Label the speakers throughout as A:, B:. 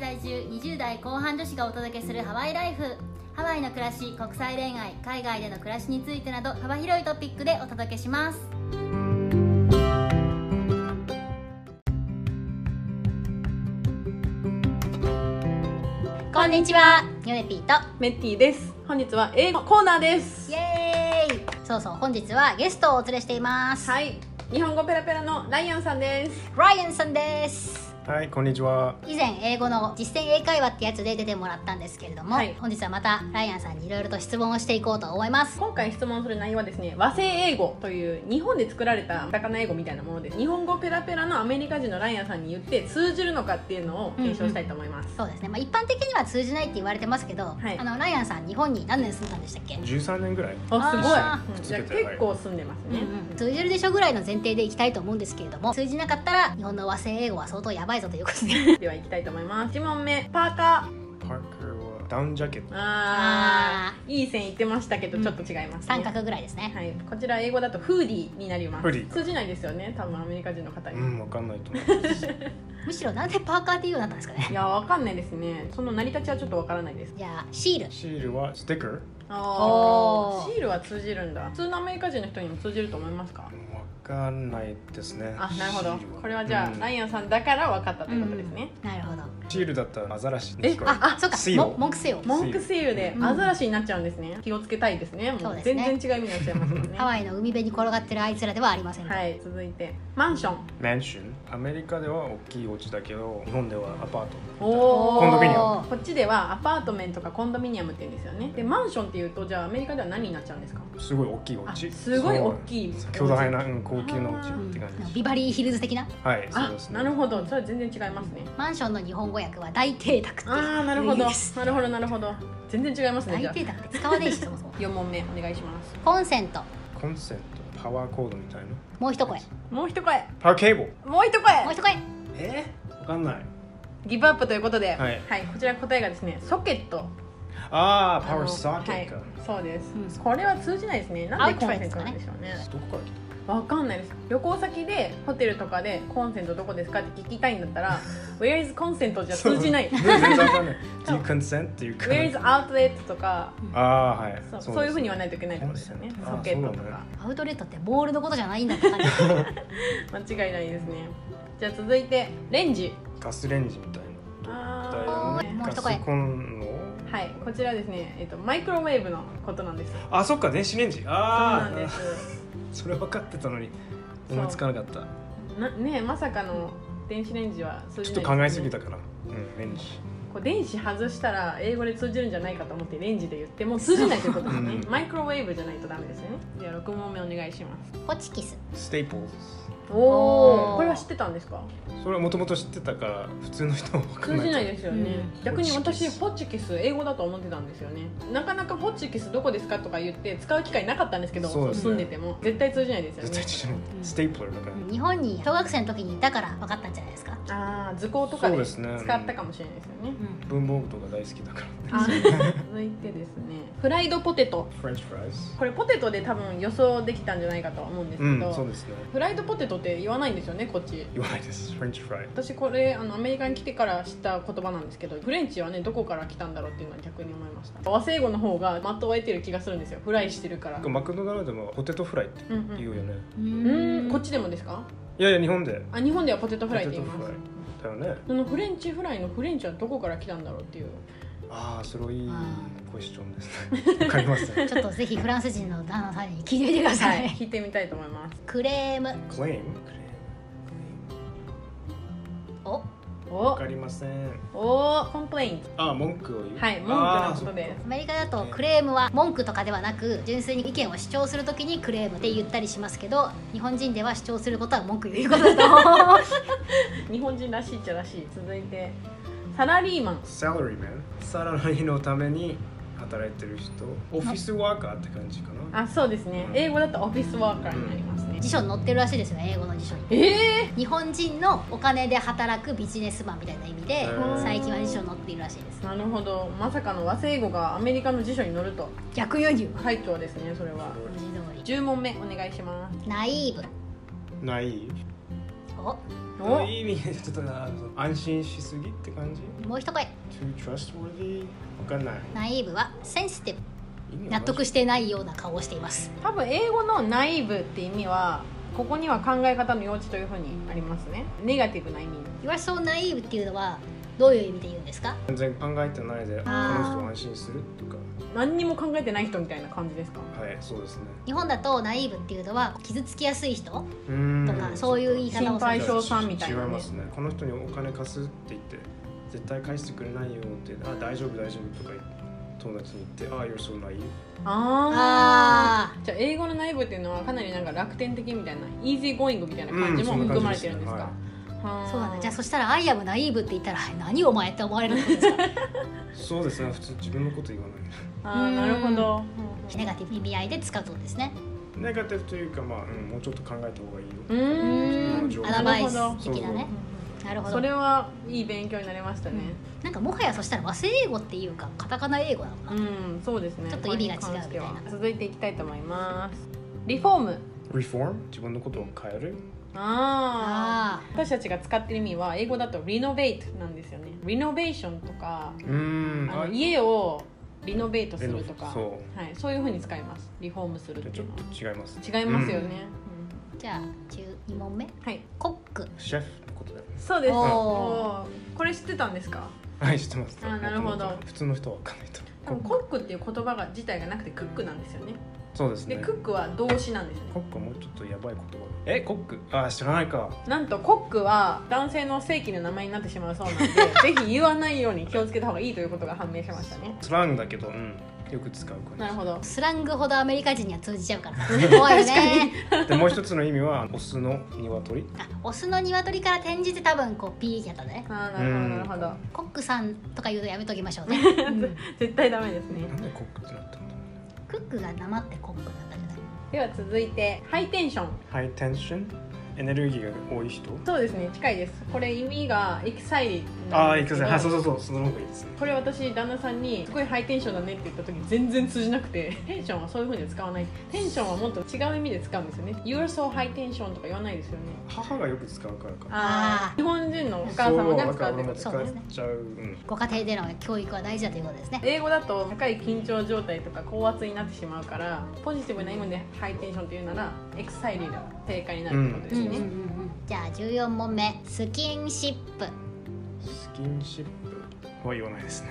A: 20代後半女子がお届けするハワイライフハワイの暮らし国際恋愛海外での暮らしについてなど幅広いトピックでお届けしますこんにちはニョエピーと
B: メッティです本日は英語コーナーです
A: イエーイそうそう本日はゲストをお連れしています、
B: はい日本語ペラペラのライアンさんです
A: ライアンさんです
C: はい、こんにちは。
A: 以前英語の実践英会話ってやつで出てもらったんですけれども、
B: はい
A: 本日はまたライアンさんにいろいろと質問をしていこうと思います
B: 今回質問する内容はですね和製英語という日本で作られた魚英語みたいなものです日本語ペラペラのアメリカ人のライアンさんに言って通じるのかっていうのを検証したいと思います、
A: そうですね、まあ、一般的には通じないって言われてますけど、
B: はい
A: あのライアンさん日本に何年住んだんでしたっけ、
C: 十三年ぐらい。
A: あ
B: あ
C: ー
B: すごい、うんじゃあ結構住んでますね、
A: 通じるでしょぐらいの前提でいきたいと思うんですけれども通じなかったら日本の和製英語は相当やばいぞということで
B: では行き たいと思います1問目パーカー
C: パーカーはダウンジャケット。
A: あ
B: あーいい線いってましたけどちょっと違いますね、
A: 三角ぐらいですね、
B: はい、こちら英語だとフーディーになりま
C: フ
B: す
C: ーディー
B: 通じないですよね多分アメリカ人の方に、
C: うん、わかんないと思う。
A: むしろなんでパーカーっていうようになったんですかね
B: いやわかんないですねその成り立ちはちょっとわからないです
A: じゃあシール
C: シールはステッカー。
B: あ
A: おー
B: ーシールは通じるんだ普通のアメリカ人の人にも通じると思いますか
C: わかんないですね。
B: あなるほど
C: シール
B: これはじゃあ、
C: うん
B: ライアンさんだからわかったということですね、
A: なるほど
C: シールだったらアザラシ。
B: え
A: あ
B: あ
A: そうか
C: シール
A: も文句せよ
B: モンクセイユで
A: うん
B: アザラシになっちゃうんですね気をつけたいですね
A: そ
B: も
A: う
B: う
A: ですね
B: 全然違う意味になっちゃいますもんね
A: ハワイの海辺に転がってるあいつらではありませんと、
B: はい続いてマンション
C: マンション。アメリカでは大きいお家だけど、日本ではアパート。
B: おー
C: コンドミニ
A: アム
B: こっちではアパートメントかコンドミニアムって言うんですよねでマンションっていうとじゃあアメリカでは何になっちゃうんですか
C: すごい大きいお
B: あ
C: 家。
B: すごい大きい
C: そう。巨大な、うん、高級なお家って感
A: うん
C: じ。
A: ビバリーヒルズ的な
C: はい、そう
B: あ
C: ですね。
B: なるほどそれは全然違いますね
A: マンションの日本語訳は大邸宅っていう
B: ああなるほど
A: 意味です
B: なるほどなるほど全然違いますね
A: 大
B: じゃ
A: 邸宅って使わねえしそ もそも
B: あ4問目お願いします
A: コンセント
C: コンセント、パワーコードみたいな。
A: もう一声も
B: もう一声
C: パワーケーブル。
B: もう一
A: う
B: 声
A: 一声
C: えー、わかんない。
B: ギブアップということで、
C: はい
B: こちら答えがですねソケット
C: ああ、パ
B: あ
C: ワー
B: の
C: ソケット
B: は
C: か
B: い。、そうです、
A: うん
B: これは通じないですねなんでコンセントなんでしょうね
C: どこから来
B: わかんないです旅行先でホテルとかでコンセントどこですかって聞きたいんだった ら「Where is コンセント?」じゃ通じない
C: た？全然わかんない。Do you consent ってい
B: 「
C: うか。
B: Where is outlet?」とか
C: ああはい
B: そう
C: です
B: そういうふうに言わないといけないってことですよね
C: あ
B: ソケットと
C: そうなんだ
B: か
A: アウトレットってボールのことじゃないんだって 感じ
B: 間違いないですねじゃあ続いてレンジ
C: ガスレンジみたい
B: あ
A: ー
C: な
A: もう
C: ガ
A: 一声
C: スコンロ
B: はいこちらですね、えっと、マイクロウェーブのことなんですそう
C: あそっか電子レンジ
B: な
C: あ
B: ん
C: ー
B: で
C: あ
B: す
C: それ分かってたのに思いつかなかった
B: な ねまさかの電子レンジは通
C: ち
B: じ
C: ょっ
B: な
C: と
B: い
C: 考え
B: です
C: ぎ
B: ね
C: たからうんレンジ
B: こう電子外したら英語で通じるんじゃないかと思ってレンジで言っても通じないということですね、
C: うん
B: マイクロウェーブじゃないとダメですよねでは6問目お願いします
A: ホチキス
C: ステイポー
A: おー
B: これは知ってたんですか
C: ズそれはもともと知ってたから普通の人は分か
B: 通
C: んない
B: じないですよね、
A: うん
B: 逆に私
C: ホ
B: ホチキス英語だと思ってたんですよねなかなかホチキスどこですかとか言って使う機会なかったんですけど
C: そうですね
B: 住んでても絶対通じないですよね
C: 絶対知らない
A: うん
C: ステイプラーだから
A: うん日本に小学生の時にいたから分かったんじゃないですか、
B: ああ図工とか
C: そう
B: で
C: です
B: 使
C: ね
B: ったかもしれないですよね
A: うん
C: 文房具とか大好きだから
B: あ続いてですねフライドポテト
C: フレンチフライズ
B: これポテトで多分予想できたんじゃないかとは思うんです
C: う
B: け
C: ん
B: ど、
C: そうですね
B: フライドポテトって言わないんですよねこっち
C: 言わないですフレンチフライ
B: 私これあのアメリカに来てから知った言葉なんですけどフレンチはねどこから来たんだろうっていうのは逆に思いました和製英語の方が的を得てる気がするんですよフライしてるから
C: マクドナルドもポテトフライって
B: うんうん
C: 言うよね
B: うーんこっ
A: ち
B: ちでもですか
C: いやいや日本で
B: あ日本ではポテトフ
C: ポ
B: ラ
C: テ
B: イっ
C: ト
B: て言いま
C: フ
B: す
C: ライだよね
B: そのフレンチフライのフレンチはどこから来たんだろうっていう
C: ああそれはいい
A: あ
C: クエスチョンですねわか りますね
A: ちょっとぜひフランス人の旦那さんに聞いてみてくださ、
B: はいい聞いてみたいと思います
A: クレーム
C: クレーム
A: お
B: お
C: わかりません
B: おーコンプレイント
C: ああ文句を言う
B: はい文句のことで
C: あ
A: アメリカだとクレームは文句とかではなく純粋に意見を主張するときにクレームって言ったりしますけど日本人では主張することは文句言うことだと思 う
B: 日本人らしいっちゃらしい続いてサラリーマン
C: サラリーマンサラリーのために働いてる人オフィスワーカーって感じかな
B: あそうですね英語だとオフィスワーカーになりますね
A: 辞書に載ってるらしいですよね英語の辞書に
B: ええ
A: 日本人のお金で働くビジネスマンみたいな意味で
C: うん
A: 最近は辞書に載っているらしいです
B: なるほどまさかの和製英語がアメリカの辞書に載ると
A: 逆輸入
B: 快挙ですねそれは
A: 文字通り
B: 10問目お願いします
A: ナイーブ
C: ない
A: お
B: お
C: いい意味でちょっとな安心しすぎって感じ
A: もう一声
C: Too trustworthy わかんない
A: ナイーブはセンシティブ
C: 意味わかんない
A: 納得してないような顔をしています
B: 多分英語のナイーブって意味はここには考え方の用地というふうにありますねネガティブな意味
A: You are so naive っていうのはどういう意味で言うんですか
C: 全然考えてないでこ
A: あー
C: の人を安心するとか
B: 何にも考えてない人みたいな感じですか
C: はいそうですね
A: 日本だとナイーブっていうのは傷つきやすい人
C: うーん
A: とかそういう言い方をす
B: 心配
A: る
B: 性さんみたいなね
C: 違いますねこの人にお金貸すって言って絶対返してくれないよってあ大丈夫大丈夫とか言って友達に言ってああよそうない
B: ああ
A: あ
B: じゃあ英語の内部っていうのはかなりなんか楽天的みたいなイージーゴーイングみたいな感じも含まれてるんですか、は
A: あ
B: ー
A: そうなんだじゃあそしたら「I am naive」って言ったらはい「何お前」って思われるってことですか
C: そうですね普通自分のこと言わない
B: あーなるほど
A: ネガティブな意味合いで使うってことですね
C: ネガティブというかまあ、うん、もうちょっと考えた方がいいよ、
B: う
A: う
B: ーん
A: ーんアドバイス的なねなるほ
B: そ
A: ど
B: れはいい勉強になりましたね
A: なんかもはやそしたら和製英語っていうかカタカナ英語なのか
B: うん
A: な、、
B: そうですね
A: ちょっと意味が違うみたいな
B: これに関しては続いていきたいと思いますリフォーム
C: Reform 自分のことを変える
B: ああ
A: あ
B: 私たちが使ってる意味は英語だとリノベートなんですよねリノベーションとか
C: うーん
B: あの家をリノベートするとか
C: そう
B: はい、そういうふうに使いますリフォームするっ
C: じゃあ
B: て
C: ち
B: い
C: ょ
B: う
C: っ
B: のは
C: と違います
B: 違いますよね、
A: あじゃあ12問目
B: うんはい
A: コック
C: シェフのことだよね
B: そうです
A: おー
B: おーこれ知ってたんですか
C: はい知ってます
B: あーなるほど
C: 普通の人は分かんないと
B: 多分コックっていう言葉が自体がなくてクックなんですよね
C: そうです
B: で
C: ね
B: クックは動詞なんですよね
C: コックはもうちょっとやばい言葉だえコックあー知らないか
B: なんとコックは男性の正規の名前になってしまうそう なんでぜひ言わないように気をつけた方がいいということが判明しましたね
C: スラングだけど、うん、よく使う感じ
B: なるほど
A: スラングほどアメリカ人には通じちゃうから怖いよね
C: でもう一つの意味はオスの鶏
A: あオスの鶏から転じて多分こうピーってやったね
B: ああなるほどなるほど
A: コックさんとか言うとやめときましょ うね、うん
B: 絶対ダメですね
C: なんでコックってなったんだろ
A: クックがなまってコックになったじゃない
B: では続いてハイテンション
C: うハイテンションエネルギーが多い人
B: そうですね近いですこれ意味がエキサイテ
C: ああいくぜはいそう
B: う
C: そうそうその方がいいですね
B: これ私旦那さんに「すごいハイテンションだね」って言った時全然通じなくてテンションはそういうふうには使わないテンションはもっと違う意味で使うんですよね「You're so high tension」とか言わないですよね
C: 母がよく使うからか
A: あー
B: 日本人のお母様が使うって
C: そ
A: そ
B: こと
C: うだか
A: う
C: ら
A: で
C: 使
A: すね
C: っちゃううん
A: ご家庭での教育は大事だということですね
B: 英語だと高い緊張状態とか高圧になってしまうからポジティブな意味でハイテンションっていうならエクサイティが正解になるってことです
A: うんうんうん
B: ね、
A: うんじゃあ14問目スキンシップ
C: スキンシップは言わないですね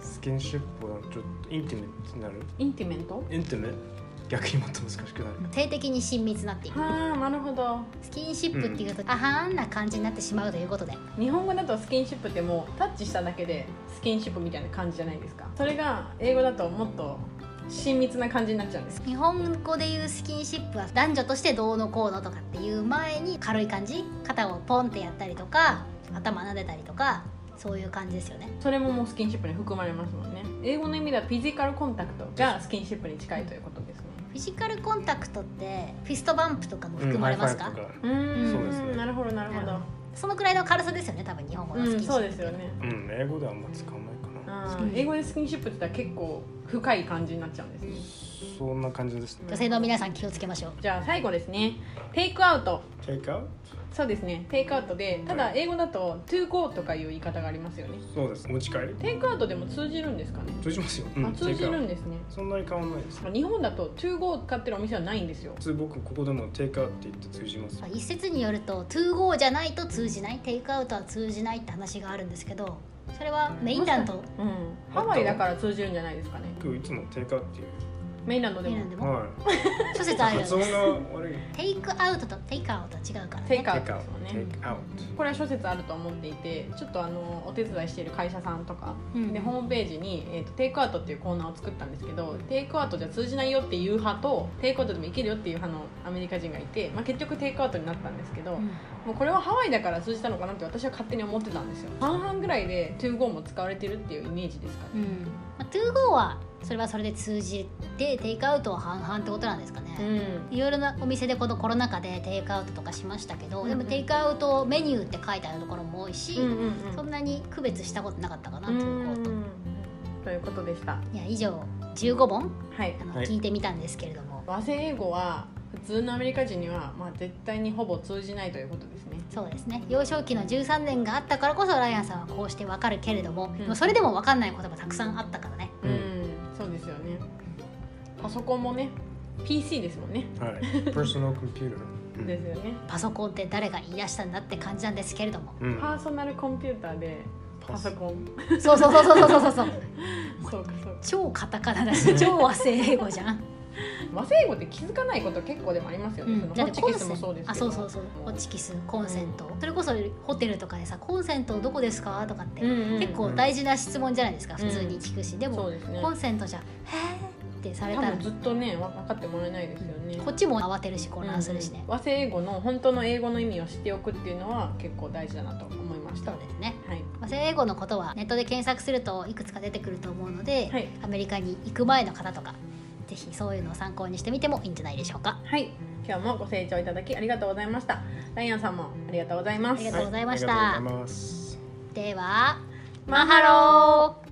C: スキンシップはちょっとインティメットになる
B: インティメント
C: インティメ逆にもっと難しくなる
A: 性的に親密なっていう
B: ああなるほど
A: スキンシップっていうと、あはーんな感じになってしまうということで
B: 日本語だとスキンシップってもうタッチしただけでスキンシップみたいな感じじゃないですかそれが英語だともっと親密な感じになっちゃうんです
A: 日本語で言うスキンシップは男女としてどうのこうのとかっていう前に軽い感じ肩をポンってやったりとか頭撫でたりとかそういう感じですよね
B: それももうスキンシップに含まれますもんね英語の意味ではフィジカルコンタクトがスキンシップに近いということですね
A: フィジカルコンタクトってフィストバンプとかも含まれますか、
C: うんハイファイブと
B: うーん
C: そうですね
B: なるほどなるほ
A: なる
B: ど
A: ほそのくらいの軽さですよね多分日本語のス
B: う
A: キン
B: ん
A: シップ、
B: そうですよね
C: うん英語ではあんま使わないかな
B: あー英語でスキンシップって言ったら結構深い感じになっちゃうんですね
C: そんな感じですね
A: 女性の皆さん気をつけましょう
B: じゃあ最後ですねテイクアウト
C: Take out
B: そうですねテイクアウトでただ英語だと to go とかいう言い方がありますよね
C: そうです持ち帰り
B: テイクアウトでも通じるんですかね、
C: 通じますよ、
B: あ通じるん
C: Take out
B: ですね
C: そんなに変わんないです
B: 日本だと to go 使ってるお店はないんですよ
C: 普通僕ここでもテイクアウトって言って通じます
A: 一説によると「2GO」じゃないと通じないテイクアウトは通じないって話があるんですけどそれはメインランド
B: うんハワイだから通じるんじゃないですかね
C: 僕いつもテイクアウトって言
B: メインランドで
A: メイ
B: も
A: ンランドで
C: う
A: も
C: はい
A: 諸説あるよ
C: 発音
A: ね
C: が悪い
A: テイクアウトとテイクアウトは違うから
B: テイ
A: ね
B: クアウトですよ
C: テイ
B: ね
C: クアウ
B: これは諸説あると思っていてちょっとあのお手伝いしている会社さんとか
A: うん
B: でホームページに、えーとテイクアウトっていうコーナーを作ったんですけどテイクアウトじゃ通じないよっていう派とテイクアウトでもいけるよっていう派のアメリカ人がいて、まあ、結局テイクアウトになったんですけど、
A: うん
B: もうこれはハワイだから通じたのかなって私は勝手に思ってたんですよ半々ぐらいで to go も使われてるっていうイメージですかね
A: うんまあ、2GO はそれはそれで通じてテイクアウトは半々ってことなんですかね、
B: うん
A: いろいろなお店でこのコロナ禍でテイクアウトとかしましたけど、
B: うんうん
A: でもテイクアウトメニューって書いてあるところも多いし、
B: うんうんうん
A: そんなに区別したことなかったかな
B: う
A: 2GO と
B: んということでした
A: いや以上15問
B: はい
A: あの、
C: はい
A: 聞いてみたんですけれども
B: 和製英語は普通のアメリカ人には、まあ、絶対にほぼ通じないということですね
A: そうですね幼少期の13年があったからこそライアンさんはこうしてわかるけれども,、
B: ん
A: でもそれでもわかんないことがたくさんあったからね
B: う、
C: うんん
B: そうですよねパソコンもね PC ですもんね
C: はい。personal computer。うん
B: ですよね
A: パソコンって誰が言い出したんだって感じなんですけれ ども
C: うん。
B: パーソナルコンピューターでパソコン
A: そうそうそうそうそうそうそう
B: そうかそうか
A: 超カタカナだ し超和製英語じゃん、
B: 和製英語って気づかないこと結構でもありますよね、そのホッチキスもそうですけど
A: あそうそうそうホッチキスコンセント、それこそホテルとかでさ「コンセントどこですか?」とかって、
B: うんうん
A: 結構大事な質問じゃないですか、
B: ん
A: 普通に聞くしでも、
B: そうですね
A: コンセントじゃ「へーってされ
B: 多
A: たら
B: 分ずっとねわ分かってもらえないですよね、
A: こっちも慌てるし混乱するしね、
B: 和製英語の本当の英語の意味を知っておくっていうのは結構大事だなと思いました
A: そう
B: は
A: ですね
B: い、
A: まあ、英語のことはネットで検索するといくつか出てくると思うので、
B: はい
A: アメリカに行く前の方とかぜひそういうのを参考にしてみてもいいんじゃないでしょうか。
B: はい、今日もご清聴いただきありがとうございましたライアンさんもありがとうございま
A: あ
B: す
A: りがとうございました
C: はありがとうございます。
A: では
B: マ
A: マ
B: ハ
A: ハロ
B: ロ
A: ー